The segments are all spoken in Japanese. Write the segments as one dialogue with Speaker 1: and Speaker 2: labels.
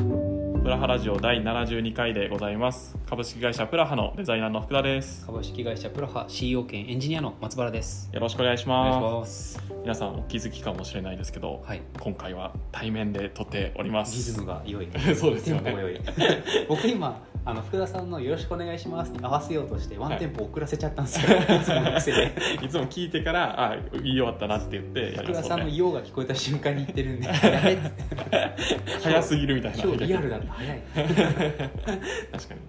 Speaker 1: プラハラジオ第72回でございます株式会社プラハのデザイナーの福田です
Speaker 2: 株式会社プラハ CEO 兼エンジニアの松原です。
Speaker 1: よろしくお願いし
Speaker 2: お願いし
Speaker 1: ま
Speaker 2: ます。
Speaker 1: す皆さんお気づきかもしれないですけど、
Speaker 2: はい。
Speaker 1: 今回は対面で撮っておりま
Speaker 2: リズ
Speaker 1: す。
Speaker 2: ムが良い
Speaker 1: そうですよね
Speaker 2: テンポも良い。 僕今あの福田さんのよろしくお願いしますに合わせようとしてワンテンポ遅らせちゃったんです よ。い、つもの癖で。
Speaker 1: いつも聞いてからあ言い終わったなって言ってやり
Speaker 2: 福
Speaker 1: ま
Speaker 2: 田
Speaker 1: す
Speaker 2: さ
Speaker 1: よ
Speaker 2: んの
Speaker 1: ね
Speaker 2: 用が聞こえた瞬間に言ってる んで。あれ
Speaker 1: 早すぎるみたいな
Speaker 2: 今日リアル だった早い。
Speaker 1: 確かに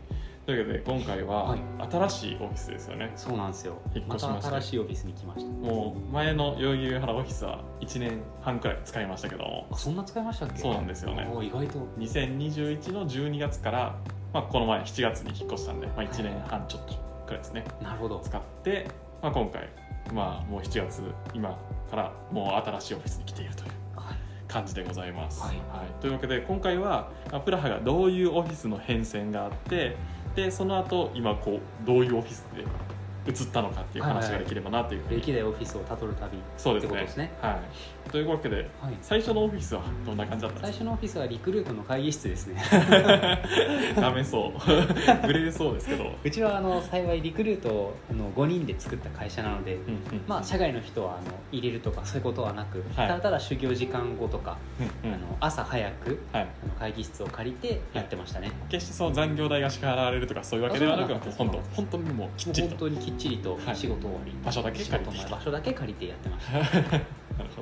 Speaker 1: というわけで今回は
Speaker 2: はい
Speaker 1: 新しいオフィスですよね、
Speaker 2: そうなんですよ。
Speaker 1: 引っ
Speaker 2: ま
Speaker 1: 越しま
Speaker 2: た
Speaker 1: した
Speaker 2: 新しいオフィスに来ました。
Speaker 1: もう前の代々木上原オフィスは1年半くらい使いましたけども
Speaker 2: あそんな使いましたっけ？
Speaker 1: そうなんですよね
Speaker 2: おー意外と。
Speaker 1: 2021の12月から、まあ、この前7月に引っ越したんで、まあ、1年半ちょっとくらいですね
Speaker 2: なるほど。
Speaker 1: 使って、まあ、今回、まあ、もう7月今からもう新しいオフィスに来ているという
Speaker 2: はい
Speaker 1: 感じでございます、
Speaker 2: はい
Speaker 1: というわけで今回はまあプラハがどういうオフィスの変遷があってでその後今こうどういうオフィスで移ったのかっていう話ができればなというふうに、
Speaker 2: 歴代オフィスをたどる旅。
Speaker 1: そうです
Speaker 2: って
Speaker 1: ね
Speaker 2: ことですね
Speaker 1: はい、というわけで
Speaker 2: はい。
Speaker 1: 最初のオフィスはどんな感じだったんで
Speaker 2: 最
Speaker 1: すか
Speaker 2: 初のオフィスはリクルートの会議室ですね。
Speaker 1: ダメそう グレーそうですけど、うん
Speaker 2: うちはあの幸いリクルートをあの5人で作った会社なので、
Speaker 1: うん
Speaker 2: まあ、社外の人はあの入れるとかそういうことはなく、
Speaker 1: はい
Speaker 2: ただただ修行時間後とか、
Speaker 1: うんう
Speaker 2: あ
Speaker 1: ん
Speaker 2: の朝早く
Speaker 1: はい、
Speaker 2: あの会議室を借りてやってましたね、
Speaker 1: 決してその残業代が支払われるとかそういうわけではなく
Speaker 2: あそう
Speaker 1: 本
Speaker 2: なん
Speaker 1: 当
Speaker 2: だ
Speaker 1: 本当にもうきっち
Speaker 2: も
Speaker 1: り
Speaker 2: う本
Speaker 1: と
Speaker 2: 当にきっちりと
Speaker 1: はい
Speaker 2: 仕事終わり、
Speaker 1: 場所だけ
Speaker 2: 仕
Speaker 1: 借
Speaker 2: 事
Speaker 1: りてき
Speaker 2: 前
Speaker 1: た
Speaker 2: 場所だけ借りてやってまし
Speaker 1: なるほ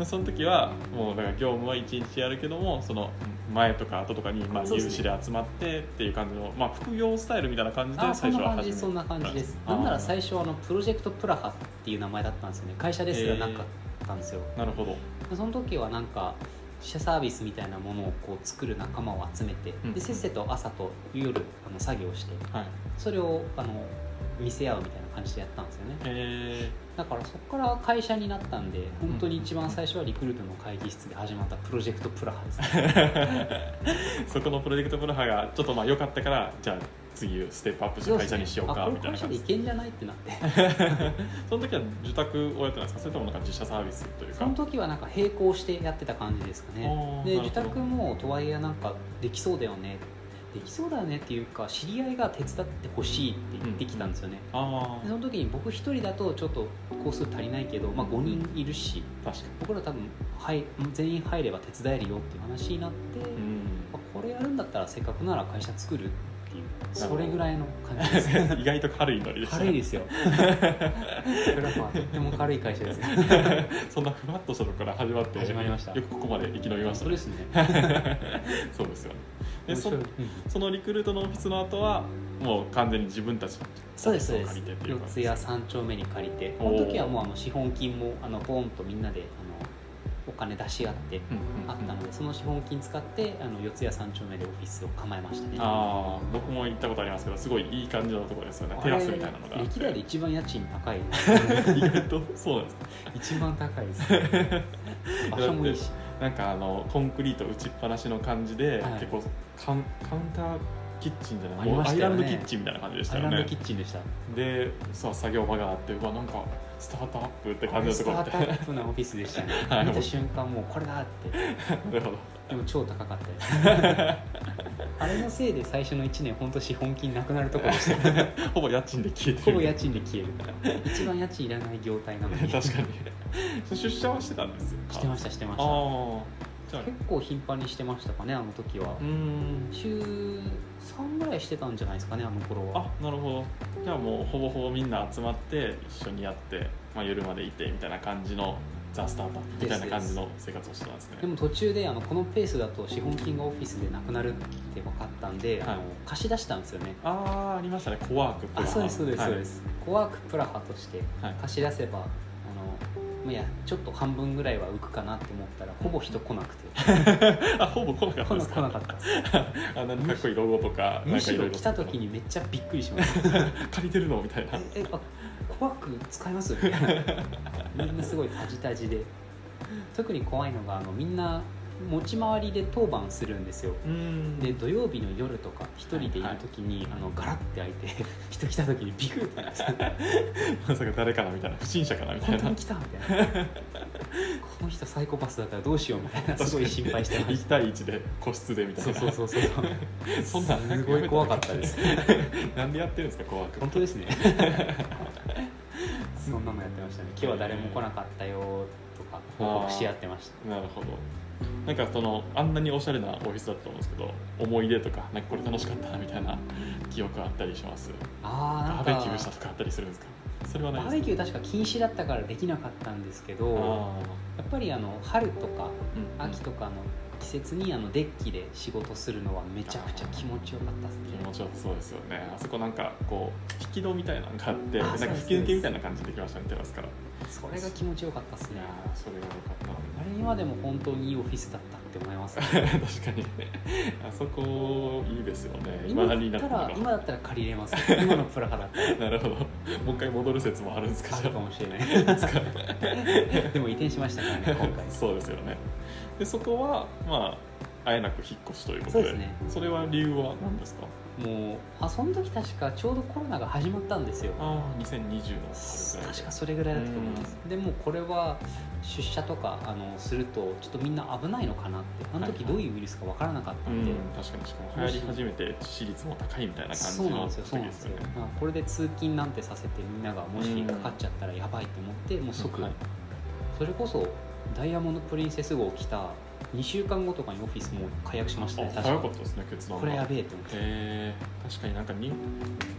Speaker 1: ど その時はもうだから業務は一日やるけどもその前とか後とかにまあ
Speaker 2: そうです
Speaker 1: 有
Speaker 2: ね
Speaker 1: 志で集まってっていう感じの、まあ、副業スタイルみたいな感じ
Speaker 2: たあ
Speaker 1: で
Speaker 2: ーそ
Speaker 1: 最
Speaker 2: んな
Speaker 1: 初は
Speaker 2: 感
Speaker 1: 始
Speaker 2: じ
Speaker 1: め
Speaker 2: そんな感じです
Speaker 1: あー
Speaker 2: なんなら最初あのプロジェクトプラハっていう名前だったんですよね会社ですらなかったんですよ、
Speaker 1: なるほど
Speaker 2: でその時はなんか社サービスみたいなものをこう作る仲間を集めて、
Speaker 1: うん
Speaker 2: でせっせと朝と夜あの作業して
Speaker 1: はい
Speaker 2: それをあの見せ合うみたいな感じでやったんですよね
Speaker 1: え
Speaker 2: だからそこから会社になったんで本当に一番最初はリクルートの会議室で始まったプロジェクトプラハですね
Speaker 1: ー、そこのプロジェクトプロハがちょっとまあ良かったからじゃあ次ステップアップ して会社にしようか
Speaker 2: あこ
Speaker 1: み
Speaker 2: れ
Speaker 1: たい
Speaker 2: 会
Speaker 1: な
Speaker 2: 社
Speaker 1: 感
Speaker 2: で
Speaker 1: じ
Speaker 2: いけんじゃないってなって
Speaker 1: その時は受託をやってたんですかそれともなんか自社サービスという
Speaker 2: そ
Speaker 1: か
Speaker 2: の時はなんか並行してやってた感じですかね
Speaker 1: あー
Speaker 2: で
Speaker 1: なる
Speaker 2: 自
Speaker 1: ほど
Speaker 2: 宅もとはいえなんかできそうだよねできそうだよねっていうか知り合いが手伝ってほしいって言ってきたんですよね、
Speaker 1: あ
Speaker 2: でその時に僕1人だとちょっと工数足りないけど、まあ、5人いるし
Speaker 1: あ確か
Speaker 2: 僕ら多分はい全員入れば手伝えるよっていう話になって、
Speaker 1: にうん
Speaker 2: まあこれやるんだったらせっかくなら会社作るって
Speaker 1: な
Speaker 2: いう
Speaker 1: るほど
Speaker 2: それぐらいの感じですね
Speaker 1: 意外と軽いノリでしたね
Speaker 2: 軽いですよグラフはとっても軽い会社ですよ
Speaker 1: そんなふわっとしたとこから始まって
Speaker 2: 始まりました
Speaker 1: よくここまで生き延びました
Speaker 2: そう
Speaker 1: ね
Speaker 2: ですね
Speaker 1: そうですよねで
Speaker 2: 面
Speaker 1: そ
Speaker 2: 白いうん
Speaker 1: そのリクルートのオフィスの後はもう完全に自分たち
Speaker 2: そうですそう
Speaker 1: オ
Speaker 2: で
Speaker 1: フィスを
Speaker 2: す
Speaker 1: 借りてっていう
Speaker 2: 四
Speaker 1: 感じ
Speaker 2: 谷三丁目に借りて
Speaker 1: お
Speaker 2: こ
Speaker 1: ー
Speaker 2: の時はもうあの資本金もあのポンとみんなであのお金出し合って
Speaker 1: うんうんうん
Speaker 2: あったのでその資本金使ってあの四谷三丁目でオフィスを構えましたね
Speaker 1: あー僕も行ったことありますけどすごいいい感じのところですよねテラスみたいなのが
Speaker 2: あれ歴代で一番家賃 高い
Speaker 1: 意外とそうなんです
Speaker 2: 一番高 いですね場所もいいし
Speaker 1: なんかあのコンクリート打ちっぱなしの感じで、
Speaker 2: はい
Speaker 1: 結構カウンカウンターキッチンじゃない
Speaker 2: ありましたよね
Speaker 1: もうアイランドキッチンみたいな感じでし
Speaker 2: ア
Speaker 1: たよ
Speaker 2: イランド
Speaker 1: ね
Speaker 2: キッチンでした
Speaker 1: でそう作業場があってうわなんかスタートアップって感じのと
Speaker 2: ス
Speaker 1: こ
Speaker 2: タ
Speaker 1: ろ
Speaker 2: ー
Speaker 1: で
Speaker 2: トアップなオフィスでしたね
Speaker 1: はい
Speaker 2: 見た瞬間もうこれだって
Speaker 1: なるほど
Speaker 2: でも超高かったです あれのせいで最初の1年本当資本金なくなるところ でした
Speaker 1: ほぼ家賃で消えて
Speaker 2: ほ
Speaker 1: る
Speaker 2: ぼ家賃で消える一番家賃いらない業態なのに
Speaker 1: 確かに出社はしてたんですよ
Speaker 2: してましたしてま
Speaker 1: あ
Speaker 2: した
Speaker 1: あじゃあ
Speaker 2: 結構頻繁にしてましたかねあの時は
Speaker 1: うーん
Speaker 2: 週3ぐらいしてたんじゃないですかねあの頃は
Speaker 1: あなるほどじゃあもうほぼほぼみんな集まって一緒にやって、まあ、夜までいてみたいな感じのザ・スタートアップみたいな感じの生活をしてたんですね
Speaker 2: でも途中であのこのペースだと資本金がオフィスでなくなるって分かったん
Speaker 1: は
Speaker 2: で、
Speaker 1: い
Speaker 2: あの貸し出したんですよね
Speaker 1: ああありましたねコワーク、
Speaker 2: あそうですそうですそうですす、コワークプラハとして
Speaker 1: はい
Speaker 2: 貸し出せば、あのまあいやちょっと半分ぐらいは浮くかなって思ったらほぼ人来なくて
Speaker 1: あほぼ来なかったで
Speaker 2: 来な
Speaker 1: す
Speaker 2: 来な
Speaker 1: か
Speaker 2: かったです
Speaker 1: あなんかかっこいいロゴとか
Speaker 2: むしろ来た
Speaker 1: 時
Speaker 2: 時にめっちゃびっくりしました
Speaker 1: 借りてるのみたいな
Speaker 2: ええあコワーク使いますみたいなみんなすごいタジタジで特に怖いのがあのみんな持ち回りで当番するんですよ
Speaker 1: うん
Speaker 2: で土曜日の夜とか一人でいる
Speaker 1: はい
Speaker 2: 時に、あのガラッて開いて人来た時にビクッてなって
Speaker 1: まさか誰 かなみたいな不審者かなみた
Speaker 2: 本
Speaker 1: い
Speaker 2: 当
Speaker 1: な
Speaker 2: に来たみたいなこの人サイコパスだからどうしようみたいな すごい心配してまし
Speaker 1: 1対1で個室でみた
Speaker 2: た
Speaker 1: い
Speaker 2: そう
Speaker 1: な
Speaker 2: そうそうそう
Speaker 1: そんなん
Speaker 2: すごい怖かったです
Speaker 1: なんでやってるんですか怖く
Speaker 2: 本当ですねそんなのやってましたね今日は誰も来なかったよとか報告し合ってました
Speaker 1: なるほどなんかそのあんなにおしゃれなオフィスだったと思うんですけど思い出とかなんかこれ楽しかったなみたいな 記憶あったりします
Speaker 2: あ
Speaker 1: バー
Speaker 2: ー
Speaker 1: ベ
Speaker 2: なんか
Speaker 1: キューしたとかあったりするんですかそれはない
Speaker 2: バ
Speaker 1: で
Speaker 2: ー
Speaker 1: す
Speaker 2: ベキュー確か禁止だったからできなかったんですけど
Speaker 1: あ
Speaker 2: やっぱりあの春とか
Speaker 1: ーうん
Speaker 2: 秋とかの季節にあのデッキで仕事するのはめちゃくちゃ気持ちよかったですね
Speaker 1: 気持ちよさそうですよねあそこなんかこう引き戸みたいなのがあって
Speaker 2: あ
Speaker 1: なんか
Speaker 2: そうです
Speaker 1: 吹き抜けみたいな感じでできましたねテラスからい
Speaker 2: それが気持ちよかったですね
Speaker 1: やーそれが良かったな
Speaker 2: あれ今でも本当にいいオフィスだったって思いますね
Speaker 1: 確かにあそこいいですよね
Speaker 2: 今だ
Speaker 1: に
Speaker 2: った
Speaker 1: るの
Speaker 2: ら
Speaker 1: が
Speaker 2: 今だったら借りれ ます今のプラハだったら
Speaker 1: なるほどもう一回戻る説もあるんですか
Speaker 2: あ
Speaker 1: じゃ
Speaker 2: る
Speaker 1: あ
Speaker 2: かもしれ ないでも移転しましたからね今回
Speaker 1: そうですよねでそこはまああえなく引っ越しということ
Speaker 2: そう
Speaker 1: で
Speaker 2: ですね
Speaker 1: それは理由は何ですか
Speaker 2: もうあその時確かちょうどコロナが始まったんですよ
Speaker 1: ああ2020の春ぐらい
Speaker 2: 確かそれぐらいだったと思います、でもうこれは出社とかあのするとちょっとみんな危ないのかなってあの時
Speaker 1: はい
Speaker 2: ど
Speaker 1: は
Speaker 2: ういうウイルスか分からなかった
Speaker 1: うん
Speaker 2: で、
Speaker 1: ん、確かにしかも流行り始めて致死率も高いみたいな感じ
Speaker 2: そうなん
Speaker 1: の
Speaker 2: ですよそう
Speaker 1: 時
Speaker 2: なん
Speaker 1: で
Speaker 2: ですす
Speaker 1: よ
Speaker 2: よ
Speaker 1: ね、
Speaker 2: まあこれで通勤なんてさせてみんながもしかかっちゃったらやばいと思ってもう即、
Speaker 1: はい
Speaker 2: それこそダイヤモンド・プリンセス号来た2週間後とかにオフィスも解約しましたね
Speaker 1: あ
Speaker 2: 確
Speaker 1: 早か
Speaker 2: か
Speaker 1: ったですね決断が
Speaker 2: これやべえと思って
Speaker 1: えー確かになんかに結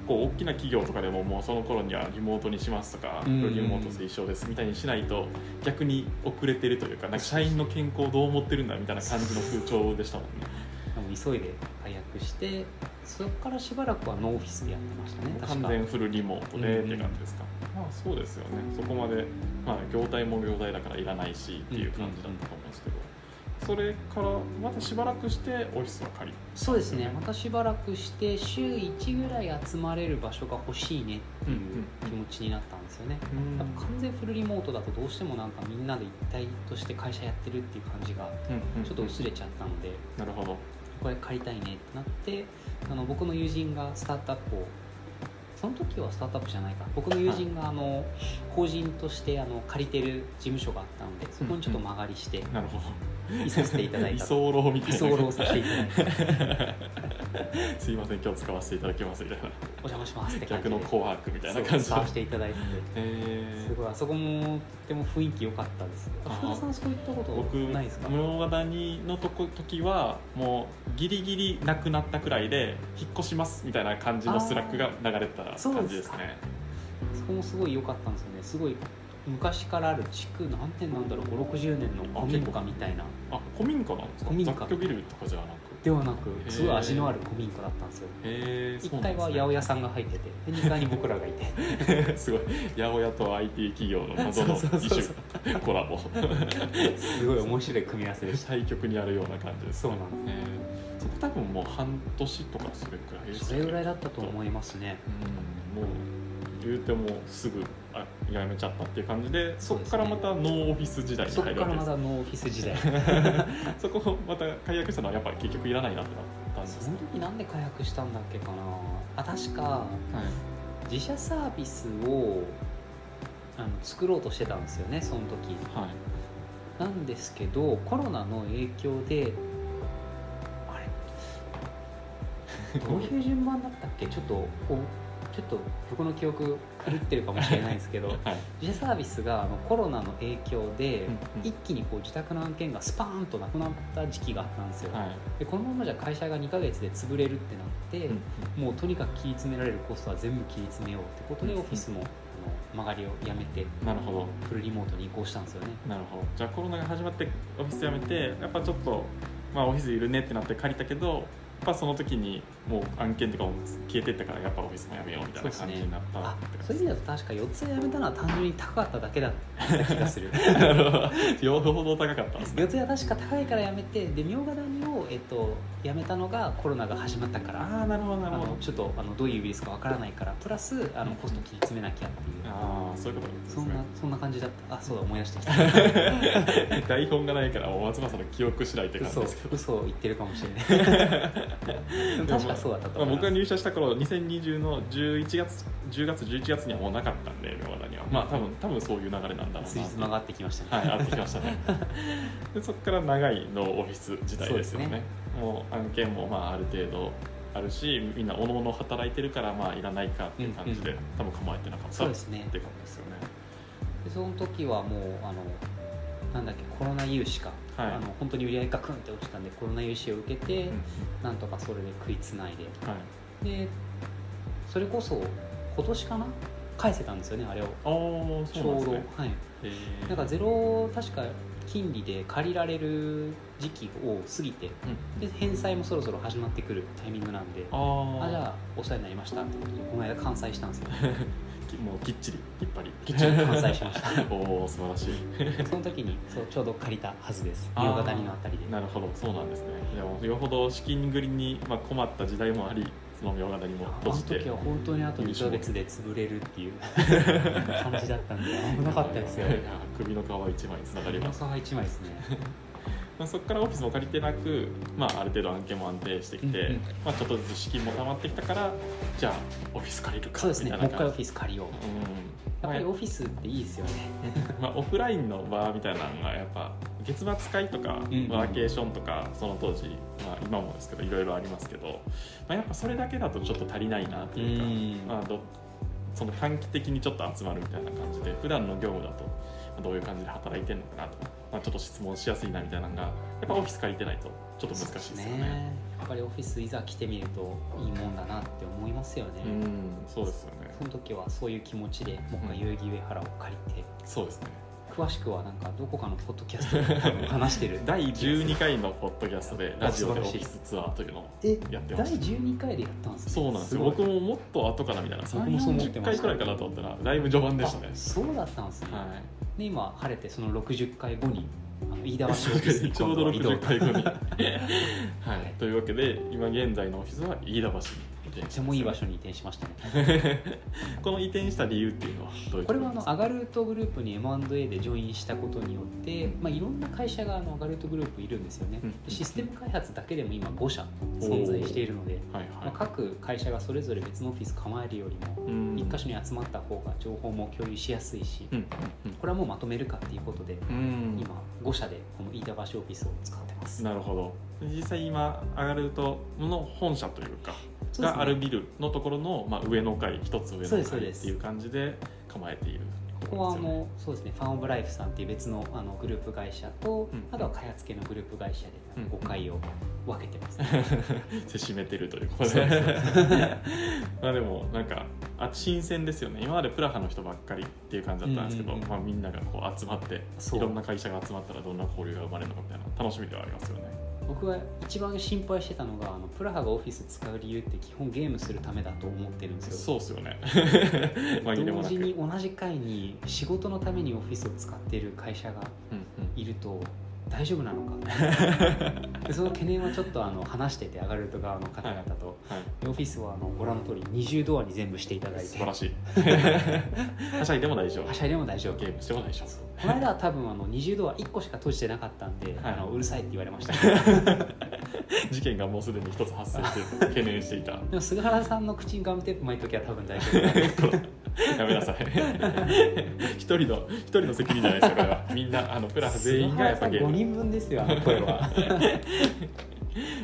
Speaker 1: 構大きな企業とかでももうその頃にはリモートにしますとか、
Speaker 2: うん
Speaker 1: リモート推奨ですみたいにしないと逆に遅れてるというかなんか社員の健康どう思ってるんだみたいな感じの風潮でしたもんね
Speaker 2: でも急いで解約してそこからしばらくはノーオフィスでやってましたね確
Speaker 1: 完
Speaker 2: か
Speaker 1: 全フルリモートで
Speaker 2: う
Speaker 1: っ
Speaker 2: ん
Speaker 1: て感じですか、まあそうですよねそこまで、まあ、業態も業態だからいらないしっていう感じだったと思うんですけど、それからまたしばらくしてオフィスを借り
Speaker 2: そうですねまたしばらくして週1ぐらい集まれる場所が欲しいねっていう気持ちになったんですよねやっぱ完全フルリモートだとどうしてもなんかみんなで一体として会社やってるっていう感じがちょっと薄れちゃったので
Speaker 1: なるほど
Speaker 2: これ借りたいねってなってあの僕の友人がスタートアップをその時はスタートアップじゃないか僕の友人があの法人としてあの借りてる事務所があったのでそこにちょっと間借りして
Speaker 1: なるほど
Speaker 2: いさせていただい
Speaker 1: 居
Speaker 2: た
Speaker 1: 候 みたい
Speaker 2: 居
Speaker 1: な
Speaker 2: 候させていただ いて
Speaker 1: すいません今日使わせていただきますみたいな
Speaker 2: お邪魔しますって感じ
Speaker 1: 逆
Speaker 2: で
Speaker 1: の紅白みたいな感じ
Speaker 2: そう使わせていただいて
Speaker 1: え
Speaker 2: すごいあそこもとっても雰囲気良かったです
Speaker 1: あー
Speaker 2: 福田さんそういったこと
Speaker 1: 僕
Speaker 2: ないですか
Speaker 1: 室谷のとこ時はもうギリギリなくなったくらいで引っ越しますみたいな感じのスラックが流れてた感
Speaker 2: そう
Speaker 1: じ
Speaker 2: で
Speaker 1: ですす
Speaker 2: か
Speaker 1: ね
Speaker 2: そこもすごい良かったんですよねすごい昔からある築何年なんだろう560年の古民家みたいな
Speaker 1: あ古民家なんですか
Speaker 2: 古民家
Speaker 1: 雑居ビルとかじゃなく
Speaker 2: ではなく
Speaker 1: へー
Speaker 2: すごい味のある古民家だったんですよ
Speaker 1: へえ
Speaker 2: 1階は八百屋さんが入っててで2階に僕らがいて
Speaker 1: 屋 すごい八百屋と IT 企業の謎の
Speaker 2: そうそう
Speaker 1: 一
Speaker 2: そう
Speaker 1: 種
Speaker 2: そう
Speaker 1: コラボ
Speaker 2: すごい面白い組み合わせでした
Speaker 1: 対局にあるような感じですね
Speaker 2: そうなんで
Speaker 1: へーそこ多分もう半年とかそれくらいですす
Speaker 2: それぐらい
Speaker 1: だ
Speaker 2: だったと思いますね
Speaker 1: うんもう言うてもすぐあ辞めちゃったっていう感じでそこから
Speaker 2: そ
Speaker 1: ま
Speaker 2: うで
Speaker 1: た
Speaker 2: す
Speaker 1: ノーオフィス時代に
Speaker 2: そ
Speaker 1: 入
Speaker 2: こ
Speaker 1: る
Speaker 2: か
Speaker 1: わ
Speaker 2: ら
Speaker 1: けで
Speaker 2: ますだノーオフィス時代
Speaker 1: そこをまた解約したのはやっぱり結局いらないなってなったんです
Speaker 2: その時なんで開発したんだっけかなあ確か
Speaker 1: はい
Speaker 2: 自社サービスをあの作ろうとしてたんですよねその時
Speaker 1: はい
Speaker 2: なんですけどコロナの影響であ れどういう順番だったっけちょっとおちょっと僕の記憶狂ってるかもしれないんですけ ど
Speaker 1: はい
Speaker 2: 自社サービスがあのコロナの影響で、
Speaker 1: うん
Speaker 2: 一気にこう自宅の案件がスパーンとなくなった時期があったんですよ、
Speaker 1: はい
Speaker 2: でこのままじゃ会社が2ヶ月で潰れるってなって、もうとにかく切り詰められるコストは全部切り詰めようってことで
Speaker 1: うん
Speaker 2: オフィスもあの曲がりをやめて
Speaker 1: なるほど
Speaker 2: フルリモートに移行したんですよね
Speaker 1: なるほどじゃあコロナが始まってオフィス辞めてやっぱちょっとまあオフィスいるねってなって借りたけどぱその時にもう案件とかも消えてったからやっぱオフィスもやめようみたいな感じになった
Speaker 2: あ
Speaker 1: って
Speaker 2: そ
Speaker 1: 感
Speaker 2: うい
Speaker 1: じ
Speaker 2: う意味だと確か4つやめたのは単純に高かっただけだった気 がする
Speaker 1: なるほどよほど高かったんですね
Speaker 2: 四つは確か高いからやめてで茗ヶ谷を、えっと、やめたのがコロナが始まったから
Speaker 1: ああなるほどな
Speaker 2: あ
Speaker 1: るほ
Speaker 2: の
Speaker 1: ど
Speaker 2: ちょっとあのどういうウイルスかわからないからプラスあのコスト切り詰めなきゃっていう
Speaker 1: ああそういうことです
Speaker 2: そんな
Speaker 1: ね
Speaker 2: そんな感じだったあそうだ思い出して きた
Speaker 1: 台本がないからもう松村さんの記憶次第って感じ
Speaker 2: 嘘
Speaker 1: ですけど
Speaker 2: 嘘を言ってるかもしれない でも確かそうだった
Speaker 1: ま
Speaker 2: と
Speaker 1: あ、
Speaker 2: 思い
Speaker 1: 僕が
Speaker 2: ます、
Speaker 1: 入社した頃2020の11月10月11月にはもうなかったんで世の中にはまあ多分多分そういう流れなんだろうな
Speaker 2: つじつまが合ってきましたね、
Speaker 1: はい、会ってきました ね。で、そこから長いのオフィス時代ですよね。
Speaker 2: そうで
Speaker 1: もう案件もまあある程度あるし、みんなおのおの働いてるからまあいらないかっていう感じで、
Speaker 2: うんうん
Speaker 1: 多分構えてなかった
Speaker 2: そうですね
Speaker 1: って感じですよね。
Speaker 2: でその時はもうあのなんだっけコロナ融資か、
Speaker 1: はい
Speaker 2: あの本当に売り上げがクンって落ちたんでコロナ融資を受けて、なんとかそれで食いつないで
Speaker 1: はい。
Speaker 2: でそれこそ今年かな返せたんですよねあれを
Speaker 1: ああ、
Speaker 2: ち
Speaker 1: そうなんで
Speaker 2: ょう
Speaker 1: す
Speaker 2: ど
Speaker 1: ね。
Speaker 2: はい
Speaker 1: えー
Speaker 2: なんかゼロ確か金利で借りられる時期を過ぎて
Speaker 1: うん
Speaker 2: で返済もそろそろ始まってくるタイミングなんで
Speaker 1: ああ
Speaker 2: あじゃあお世話になりましたってことでこの間完済した んですよ
Speaker 1: きもうきっちりきっぱり
Speaker 2: きっちり完済しました
Speaker 1: おお素晴らしい
Speaker 2: その時にそうちょうど借りたはずです
Speaker 1: あー
Speaker 2: 夕方谷のあたりで
Speaker 1: なるほどそうなんですねいやもうよほど資金繰りに、まあ、困った時代もありその妙なにも
Speaker 2: あ
Speaker 1: 閉
Speaker 2: の
Speaker 1: じて
Speaker 2: 時は本当にあと2ヶ月で潰れるっていう 感じだったんで危なかったですよ
Speaker 1: 首の皮一枚つながり
Speaker 2: お
Speaker 1: ます、
Speaker 2: 腹が一枚ですね
Speaker 1: まあ、そこからオフィスも借りてなく、まあ、ある程度案件も安定してきて、
Speaker 2: うんうん
Speaker 1: まあ、ちょっとずつ資金も貯まってきたからじゃあオフィス借りるか
Speaker 2: そうですね
Speaker 1: み
Speaker 2: も
Speaker 1: た
Speaker 2: う
Speaker 1: いな感
Speaker 2: 一回オフィス借りよう
Speaker 1: じうん
Speaker 2: やっぱり
Speaker 1: ま
Speaker 2: オフィスっていいですよね
Speaker 1: あまあ、オフラインの場みたいなのがやっぱ月末会とか
Speaker 2: うんうん
Speaker 1: ワーケーションとかその当時、まあ、今もですけどいろいろありますけど、まあ、やっぱそれだけだとちょっと足りないなっていうか、まあ、どその短期的にちょっと集まるみたいな感じで普段の業務だとまあどういう感じで働いてるのかなと、まあ、ちょっと質問しやすいなみたいなのがやっぱオフィス借りてないとちょっと難しいですよね。
Speaker 2: やっぱりオフィスいざ来てみるといいもんだなって思いますよね、
Speaker 1: うんそうですよね
Speaker 2: その時はそういう気持ちでもう一回代々木上原を借りて、
Speaker 1: そうですね
Speaker 2: 詳しくはなんかどこかのポッドキャストで多 分話してる
Speaker 1: 第12回のポッドキャストでラジオでオフィスツアーというのを
Speaker 2: え
Speaker 1: やってま
Speaker 2: 第
Speaker 1: した
Speaker 2: 12回でやったんですね
Speaker 1: そうなんですよ
Speaker 2: ごい
Speaker 1: 僕ももっと後かなみたいな
Speaker 2: 僕もそう思って
Speaker 1: 30
Speaker 2: ま
Speaker 1: 回
Speaker 2: した
Speaker 1: くらいかなと思ったらだいぶ序盤でしたね
Speaker 2: あそうだったんですね、
Speaker 1: はい
Speaker 2: で今晴れてその60回後にあの飯田橋オフィスに
Speaker 1: ちょうど
Speaker 2: 今度は移動
Speaker 1: 60回後 に、はい、というわけで今現在のオフィスは飯田橋に移転しま
Speaker 2: とてもいい場所に移転しました ね
Speaker 1: この移転した理由っていうのはどういう
Speaker 2: ことれ
Speaker 1: ころ
Speaker 2: はあ
Speaker 1: で
Speaker 2: の
Speaker 1: すか
Speaker 2: アガルートグループに M&A でジョインしたことによって、まあ、いろんな会社があのアガルートグループいるんですよね、
Speaker 1: うん
Speaker 2: でシステム開発だけでも今5社存在しているので、
Speaker 1: はい
Speaker 2: まあ、
Speaker 1: は
Speaker 2: 各会社がそれぞれ別のオフィス構えるよりも
Speaker 1: いうん
Speaker 2: 1箇所に集まった方が情報も共有しやすいし、
Speaker 1: うん
Speaker 2: これはもうまとめるかっていうことで、
Speaker 1: うんうん
Speaker 2: 今5社でこの飯田橋オフィスを使ってます
Speaker 1: なるほど実際今アガルトの本社というか
Speaker 2: そうですね
Speaker 1: があるビルのところの、まあ、上の階一つ上
Speaker 2: そう
Speaker 1: の
Speaker 2: ですそ
Speaker 1: 階
Speaker 2: う
Speaker 1: っ
Speaker 2: です
Speaker 1: ていう感じで構えている
Speaker 2: ここはあ
Speaker 1: ですよね
Speaker 2: のそうですねファン・オブ・ライフさんっていう別のあのグループ会社と、
Speaker 1: うん
Speaker 2: あとは開発系のグループ会社で
Speaker 1: うん
Speaker 2: 5回を分けてます、
Speaker 1: せしめてるということ
Speaker 2: そう
Speaker 1: で
Speaker 2: です
Speaker 1: まあでもなんかあ新鮮ですよね今までプラハの人ばっかりっていう感じだったんですけど、
Speaker 2: うんうんうん
Speaker 1: まあ、みんながこう集まって
Speaker 2: そう
Speaker 1: いろんな会社が集まったらどんな交流が生まれるのかみたいな楽しみではありますよね
Speaker 2: 僕が一番心配してたのがあのプラハがオフィス使う理由って基本ゲームするためだと思ってるんですよ
Speaker 1: そうっすよ ね
Speaker 2: 同
Speaker 1: 紛れもなく
Speaker 2: 時に同じ会に仕事のためにオフィスを使ってる会社が
Speaker 1: うん
Speaker 2: いると大丈夫なの かでその懸念はちょっとあの話しててアガルト側の方々と、
Speaker 1: うん
Speaker 2: オフィスはあのご覧の通り20ドアに全部していただ
Speaker 1: はいい、
Speaker 2: て
Speaker 1: 素晴らしい はしゃいでも大丈夫
Speaker 2: はしゃいでも大丈夫
Speaker 1: ゲームしても大丈夫
Speaker 2: この間は多分あの20度は1個しか閉じてなかったんで、
Speaker 1: はい
Speaker 2: あのうるさいって言われま した
Speaker 1: 事件がもうすでに一つ発生していると懸念していた
Speaker 2: でも菅原さんの口にガムテープ巻いときは多分大丈夫だ
Speaker 1: やめなさい一人の一人の責任じゃないですよこれはみんなあのプラハ全員がやっぱゲー
Speaker 2: 5
Speaker 1: ム
Speaker 2: 人分ですよあの声は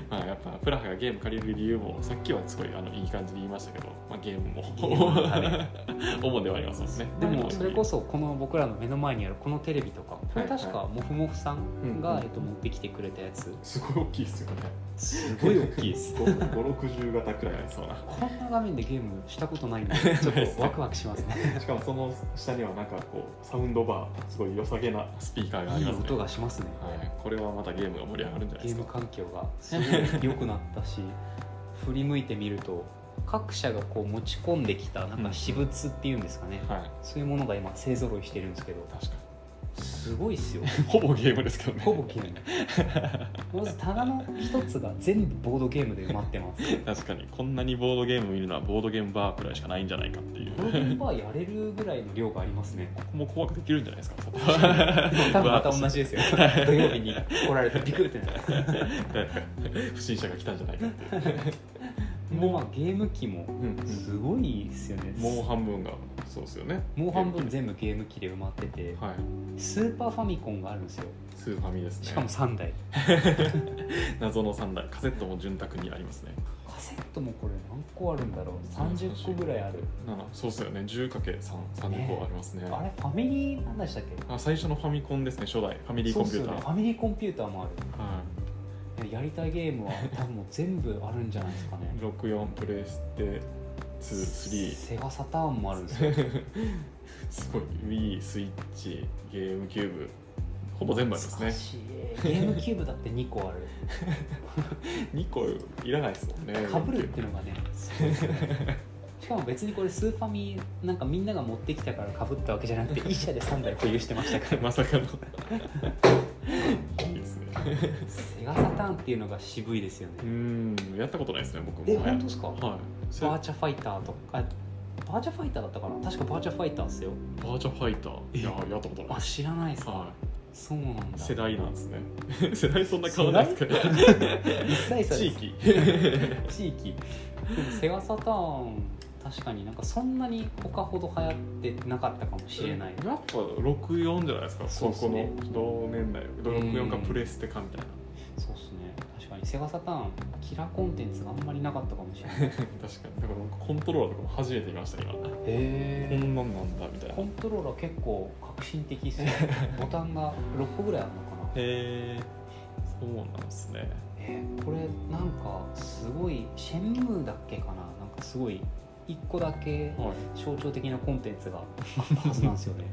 Speaker 1: まあやっぱプラハがゲーム借りる理由もさっきはすごいあのいい感じに言いましたけど、まあ、ゲームも
Speaker 2: ゲームのため
Speaker 1: 主ではありますもんね
Speaker 2: でもそれこ
Speaker 1: そ
Speaker 2: そこの僕らの目の前にあるこのテレビとかこれ確
Speaker 1: は
Speaker 2: かモフモフさん
Speaker 1: うん
Speaker 2: が
Speaker 1: うん
Speaker 2: えっと持ってきてくれたやつ
Speaker 1: すごい大きいですよね
Speaker 2: すごい大きいです
Speaker 1: 560型くらいありそうな
Speaker 2: こんな画面でゲームしたことないんでちょっとワクワクしますね
Speaker 1: しかもその下にはなんかこうサウンドバーす ごい良さげなスピーカーがあ
Speaker 2: い
Speaker 1: り
Speaker 2: い
Speaker 1: ますね
Speaker 2: 音がしますね
Speaker 1: はい、これはまたゲームが盛り上がるんじゃないで
Speaker 2: ゲー
Speaker 1: す
Speaker 2: ム
Speaker 1: か
Speaker 2: 環境がすごい良くなったし 振り向いてみると各社がこう持ち込んできたなんか私物っていうんですかね、
Speaker 1: はい
Speaker 2: そういうものが今勢ぞろいしてるんですけど
Speaker 1: 確か
Speaker 2: すごいっす よ
Speaker 1: にほぼゲームですけどね
Speaker 2: ほぼゲームまず棚の一つが全部ボードゲームで埋まってま
Speaker 1: 確
Speaker 2: す
Speaker 1: かにこんなにボードゲーム見るのはボードゲームバーくらいしかないんじゃないかっていう
Speaker 2: ボードゲームバーやれるぐらいの量があります ね
Speaker 1: ここも怖くできるんじゃないですか
Speaker 2: 多分また同じですよ土曜日に来られてびっくりってな る
Speaker 1: 不審者が来たんじゃないかっていう
Speaker 2: もうまあゲーム機も
Speaker 1: うんうん
Speaker 2: すごいっすよね
Speaker 1: もう半分がそうですよね
Speaker 2: もう半分全部ゲーム機で埋まってて
Speaker 1: はい
Speaker 2: スーパーファミコンがあるんですよ
Speaker 1: スーファミですね
Speaker 2: しかも3台
Speaker 1: 謎の3台カセットも潤沢にありますね
Speaker 2: カセットもこれ何個あるんだろう30個ぐらいある
Speaker 1: ならそうですよね 10×330 個ありますね
Speaker 2: あれファミリーなんでしたっけ
Speaker 1: あ最初のファミコンですね初代ファミリー
Speaker 2: そ
Speaker 1: コ
Speaker 2: う
Speaker 1: ン
Speaker 2: っ
Speaker 1: ピ
Speaker 2: す
Speaker 1: ュー
Speaker 2: よ
Speaker 1: ター、
Speaker 2: ねファミリーコンピューターもある
Speaker 1: はい
Speaker 2: ややりたいゲームは多分もう全部あるんじゃないですかね
Speaker 1: い64プレステ23
Speaker 2: セガサターンもあるん ですよ
Speaker 1: すごい Wii スイッチゲームキューブほぼ全部ありますね
Speaker 2: 懐かしいゲームキューブだって2個ある
Speaker 1: 2個いらないですもんね
Speaker 2: かぶるっていうのがねすごいですよねしかも別にこれスーファミなんかみんなが持ってきたからかぶったわけじゃなくて1社で3台保有してましたから
Speaker 1: まさかのいいですね
Speaker 2: セガサターンっていうのが渋いですよ
Speaker 1: う
Speaker 2: ね
Speaker 1: んやったことないですね僕も
Speaker 2: え本当ですか
Speaker 1: はいせ
Speaker 2: バーチャファイターとかあバーチャファイターだったかな確かバーチャファイターですよ
Speaker 1: バーチャファイターいややったことない
Speaker 2: あ知らないですか
Speaker 1: は
Speaker 2: そうなん
Speaker 1: い
Speaker 2: だ
Speaker 1: 世代なんですね 世代そんな変わらないですか
Speaker 2: 一切そ
Speaker 1: 地
Speaker 2: れ
Speaker 1: 域
Speaker 2: 地域でもセガサターン確かになんかそんなに他ほど流行ってなかったかもしれない、
Speaker 1: やっぱ64じゃないですか
Speaker 2: そうっすね
Speaker 1: ここの同年代64か
Speaker 2: うん
Speaker 1: プレステかみたいな
Speaker 2: そうっすね確かにセガサターンキラーコンテンツがあんまりなかったかもしれないへ
Speaker 1: 確かにだから僕コントローラーとかも初めて見ました今こ
Speaker 2: え
Speaker 1: んなんなんだみたいな
Speaker 2: コ
Speaker 1: へ
Speaker 2: ントローラー結構革新的っすねボタンが6個ぐらいあるのかな
Speaker 1: えそうなんですね
Speaker 2: えーこれなんかすごいシェンムーだっけかななんかすごい1個だけ
Speaker 1: は
Speaker 2: 象徴的なコンテンツがあったはずなんですよね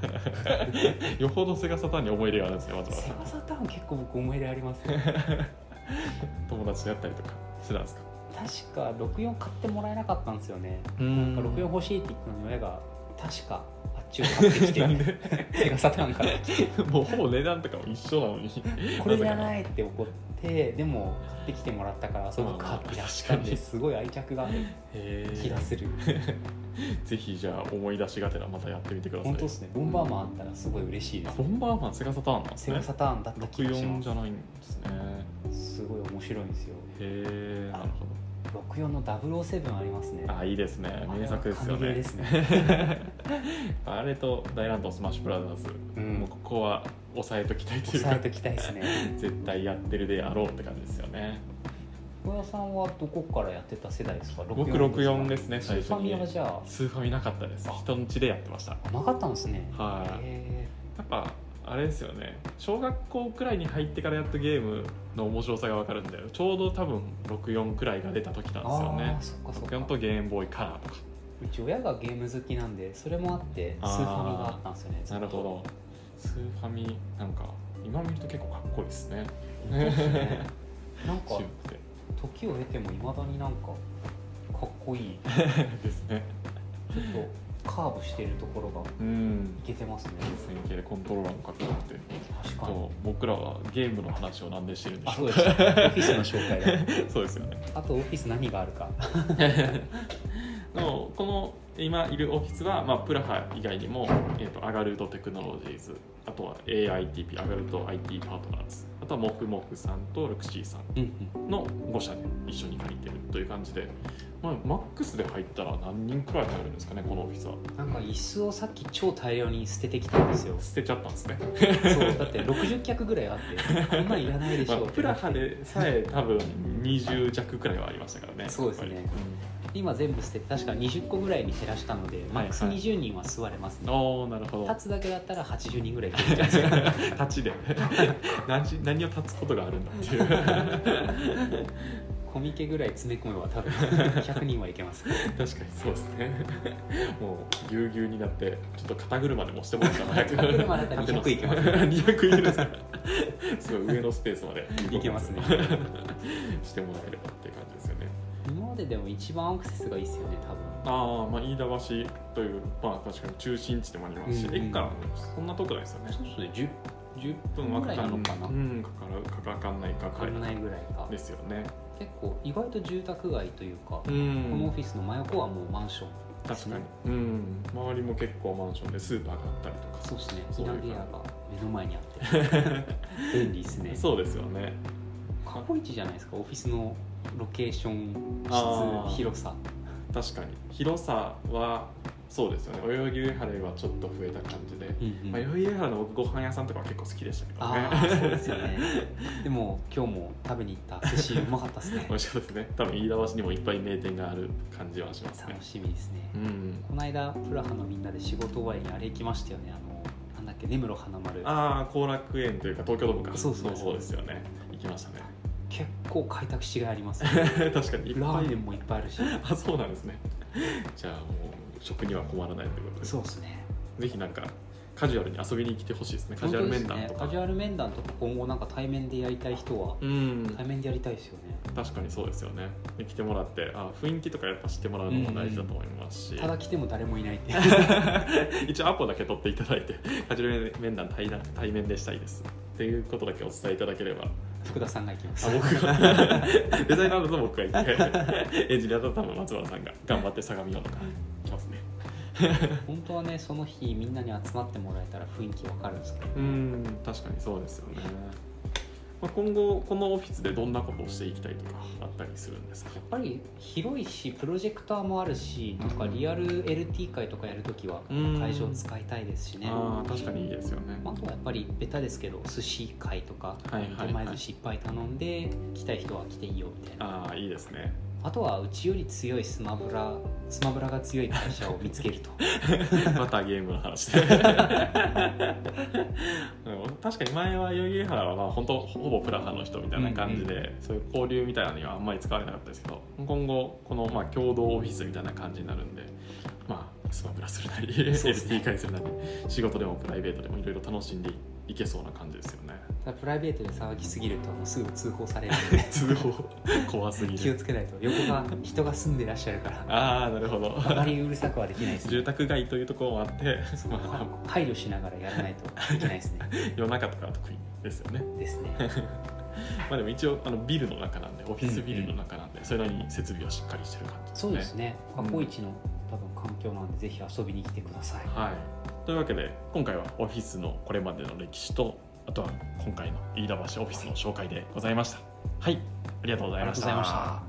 Speaker 1: いよほどセガサターンに思い入れがあるんですねわざわ
Speaker 2: セ
Speaker 1: ざ
Speaker 2: ガサターン結構僕思い入れありますね
Speaker 1: 友達とやったりとかしてたんですか
Speaker 2: 確か64買ってもらえなかったんですよね、
Speaker 1: うん
Speaker 2: なんか64欲しいって言ったのに親が確かあっちを買ってきて
Speaker 1: なんで
Speaker 2: セガサター ンから
Speaker 1: もうほぼ値段とかも一緒なのに
Speaker 2: これじゃ
Speaker 1: い
Speaker 2: ないって怒ってでも買ってきてもらったから遊ぶかってやった
Speaker 1: 確
Speaker 2: ん
Speaker 1: か
Speaker 2: で
Speaker 1: に
Speaker 2: すごい愛着がある
Speaker 1: へ
Speaker 2: 気が
Speaker 1: え
Speaker 2: する
Speaker 1: ぜひじゃあ思い出しがてらまたやってみてください
Speaker 2: 本当ですねボンバーマンあったらすごい嬉しいで
Speaker 1: あ
Speaker 2: す
Speaker 1: ボンバーマンセガサターンなんです
Speaker 2: セ
Speaker 1: ね
Speaker 2: ガサターンだった気がし
Speaker 1: 64
Speaker 2: ま
Speaker 1: じゃないんですね
Speaker 2: すすごい面白いんですよ
Speaker 1: へえなるほ
Speaker 2: 64の007ありますね
Speaker 1: どあいいですね名作ですよ
Speaker 2: あれは神ゲー
Speaker 1: ね
Speaker 2: ですね
Speaker 1: あれと大乱闘スマッシュブラザーズ、
Speaker 2: うん
Speaker 1: もうここは押さえときたいという
Speaker 2: 抑え
Speaker 1: か
Speaker 2: ときたいですね
Speaker 1: 絶対やってるであろうって感じですよね
Speaker 2: 小屋さんはどこからやってた世代ですか
Speaker 1: 僕64ですね最
Speaker 2: 最初
Speaker 1: 初
Speaker 2: ファミ
Speaker 1: に
Speaker 2: はじゃあ
Speaker 1: スーファミなかったです人ん家でやってましたはい、
Speaker 2: なかったんですねへ
Speaker 1: やっぱあれですよね小学校くらいに入ってからやったゲームの面白さが分かるんだよちょうど多分64くらいが出た時なんですよ
Speaker 2: あ
Speaker 1: ね
Speaker 2: あそっかそっ
Speaker 1: 64
Speaker 2: か
Speaker 1: とゲームボーイカラーとか
Speaker 2: うち親がゲーム好きなんでそれもあってスーファミがあったんですよねずっ
Speaker 1: な
Speaker 2: と
Speaker 1: るほどスーファミなんか今見ると結構かっこいいですね
Speaker 2: そうですね なんか
Speaker 1: 渋くて
Speaker 2: 時を経てもいまだになんかかっこいい
Speaker 1: ですね
Speaker 2: ちょっとカーブしてるところが
Speaker 1: うん
Speaker 2: いけてますね
Speaker 1: 線形でコントローラーもかっこよくて
Speaker 2: 確かに
Speaker 1: そう僕らはゲームの話をなんでしてるんで
Speaker 2: あ
Speaker 1: しょ
Speaker 2: そう
Speaker 1: う
Speaker 2: で
Speaker 1: か
Speaker 2: すねオフィスの紹介 だ
Speaker 1: そうですよね
Speaker 2: あとオフィス何があるか
Speaker 1: でもこ の今いるオフィスは、まあ、プラハ以外にも、えー、とアガルトテクノロジーズあとは AITP アガルト IT パートナーズあとはモフモフさんとルクシーさん
Speaker 2: うん
Speaker 1: の5社で一緒に借りてるという感じで、まあ、マックスで入ったら何人くらい入るんですかねこのオフィスは
Speaker 2: うんなんか椅子をさっき超大量に捨ててきたんですよ
Speaker 1: 捨てちゃったんですね、
Speaker 2: そうだって60脚ぐらいあってこんなんいらないでし
Speaker 1: まあ
Speaker 2: ょう、
Speaker 1: プラハでさえ多分20弱くらいはありましたからね
Speaker 2: そうですね
Speaker 1: やっぱり
Speaker 2: 今全部捨てて確か20個ぐらいに減らしたのでマックス
Speaker 1: はいはい
Speaker 2: 20人は座れますね、
Speaker 1: うんおおなるほど
Speaker 2: 立つだけだったら80人ぐらいいけるんじゃないですか
Speaker 1: 立ち で何し何を立つことがあるんだっていう
Speaker 2: コミケぐらい詰め込めば多分100人はいけます
Speaker 1: 確かにそうですねもうぎゅうぎゅうになってちょっと肩車でもしてもらったら
Speaker 2: 肩車だったら200いけます
Speaker 1: 200いけるんですかすごい上のスペースまで
Speaker 2: いけますね
Speaker 1: してもらえればっていう感じですよね
Speaker 2: 今まででも一番アクセスがいいですよね多分
Speaker 1: ああまあ飯田橋というまあ確かに中心地でもありますし、
Speaker 2: うんうん
Speaker 1: 駅からもそんな遠くないですよね
Speaker 2: そうですね 10,
Speaker 1: 10分は
Speaker 2: ぐ
Speaker 1: から
Speaker 2: いな
Speaker 1: か
Speaker 2: の
Speaker 1: ん
Speaker 2: かな、
Speaker 1: うん、かからかかかんないか
Speaker 2: わか
Speaker 1: かる
Speaker 2: んないぐらいか
Speaker 1: ですよね
Speaker 2: 結構意外と住宅街というか、
Speaker 1: う
Speaker 2: このオ
Speaker 1: ん
Speaker 2: フィスの真横はもうマンション
Speaker 1: 確かに、うん、周りも結構マンションでスーパーがあったりとか
Speaker 2: そうですね
Speaker 1: そう
Speaker 2: 稲
Speaker 1: いう
Speaker 2: 毛屋が目の前にあって便利ですね
Speaker 1: そうですよね
Speaker 2: 過去一じゃないですかオフィスのロケーション
Speaker 1: あー
Speaker 2: 質広さ
Speaker 1: 確かに広さはそうですよね代々木上原よりはちょっと増えた感じで、
Speaker 2: うんうん
Speaker 1: まあ、代々木上原の僕ご飯屋さんとかは結構好きでしたけど
Speaker 2: あ
Speaker 1: ね
Speaker 2: あそうですよ ねでも今日も食べに行った寿司うまかったですね
Speaker 1: 美味しかったですね多分飯田橋にもいっぱい名店がある感じはしますね
Speaker 2: 楽しみですね、
Speaker 1: うん
Speaker 2: この間プラハのみんなで仕事終わりにあれ行きましたよねあのなんだっけ根室花丸
Speaker 1: ああ後楽園というか東京ドームか
Speaker 2: そうそう
Speaker 1: の方ですよね行きましたね
Speaker 2: 結構開拓しがいあります、ね、
Speaker 1: 確かにいっぱい
Speaker 2: ラーメンもいっぱいあるし
Speaker 1: あそうなんですねじゃあもう食には困らないということです
Speaker 2: そうですね
Speaker 1: ぜひなんかカジュアルに遊びに来てほしいですねカジュアル面談と
Speaker 2: 本当ですね
Speaker 1: か、
Speaker 2: カジュアル面談とか今後なんか対面でやりたい人は
Speaker 1: うん
Speaker 2: 対面でやりたいですよね
Speaker 1: 確かにそうですよねで来てもらってあ雰囲気とかやっぱ知ってもらうのも大事だと思いますし、
Speaker 2: ただ来ても誰も いないって
Speaker 1: 一応アポだけ取っていただいて カジュアル面談対談対面でしたいですっていうことだけお伝えいただければあ
Speaker 2: 福田さんが行きます
Speaker 1: 僕がデザイナーだと僕が行ってエンジニアだと多分松原さんが頑張って相模野とか来ますね
Speaker 2: 本当はねその日みんなに集まってもらえたら雰囲気わかるんですけど
Speaker 1: うん確かにそうですよね、まあ、今後このオフィスでどんなことをしていきたいとかあったりするんですか
Speaker 2: やっぱり広いしプロジェクターもあるしなんかリアル LT 会とかやるときは
Speaker 1: うん
Speaker 2: 会場使いたいですしね、
Speaker 1: あー確かにいいですよね
Speaker 2: あとはやっぱりベタですけど寿司会とか
Speaker 1: はいはい
Speaker 2: 手前
Speaker 1: は
Speaker 2: 寿
Speaker 1: い
Speaker 2: 司いっぱい頼んで来たい人は来ていいよみたいな
Speaker 1: ああいいですね
Speaker 2: あとはうちより強いスマブラスマブラが強い会社を見つけ ると
Speaker 1: またゲームの話でうん確かに前は代々木上原はまあ本当ほぼプラハの人みたいな感じで、そういう交流みたいなのにはあんまり使われなかったですけど今後このまあ共同オフィスみたいな感じになるんでまあスマブラするなり、
Speaker 2: そうですね
Speaker 1: ST 会するなり仕事でもプライベートでもいろいろ楽しんでいけそうな感じですよね
Speaker 2: ただプライベートで騒ぎすぎるともうすぐ通報されるんで
Speaker 1: 通報怖すぎ
Speaker 2: 気を
Speaker 1: る
Speaker 2: つけないと横が人が住んでらっしゃるから
Speaker 1: ああなるほど
Speaker 2: あまりうるさくはできないですね
Speaker 1: 住宅街というところもあって
Speaker 2: そう
Speaker 1: まあ
Speaker 2: 配慮しながらやらないといけないですね
Speaker 1: 夜中とかは得意ですよね
Speaker 2: ですね
Speaker 1: まあでも一応あのビルの中なんでオフィスビルの中なんで、それなりに設備はしっかりしてる感じです
Speaker 2: そ
Speaker 1: ね。
Speaker 2: うですね
Speaker 1: う
Speaker 2: 過
Speaker 1: ん
Speaker 2: 去一の多分環境なんでぜひ遊びに来てください
Speaker 1: はい、というわけで今回はオフィスのこれまでの歴史とあとは今回の飯田橋オフィスの紹介でございました。はいありがとうございました。
Speaker 2: ありがとうございました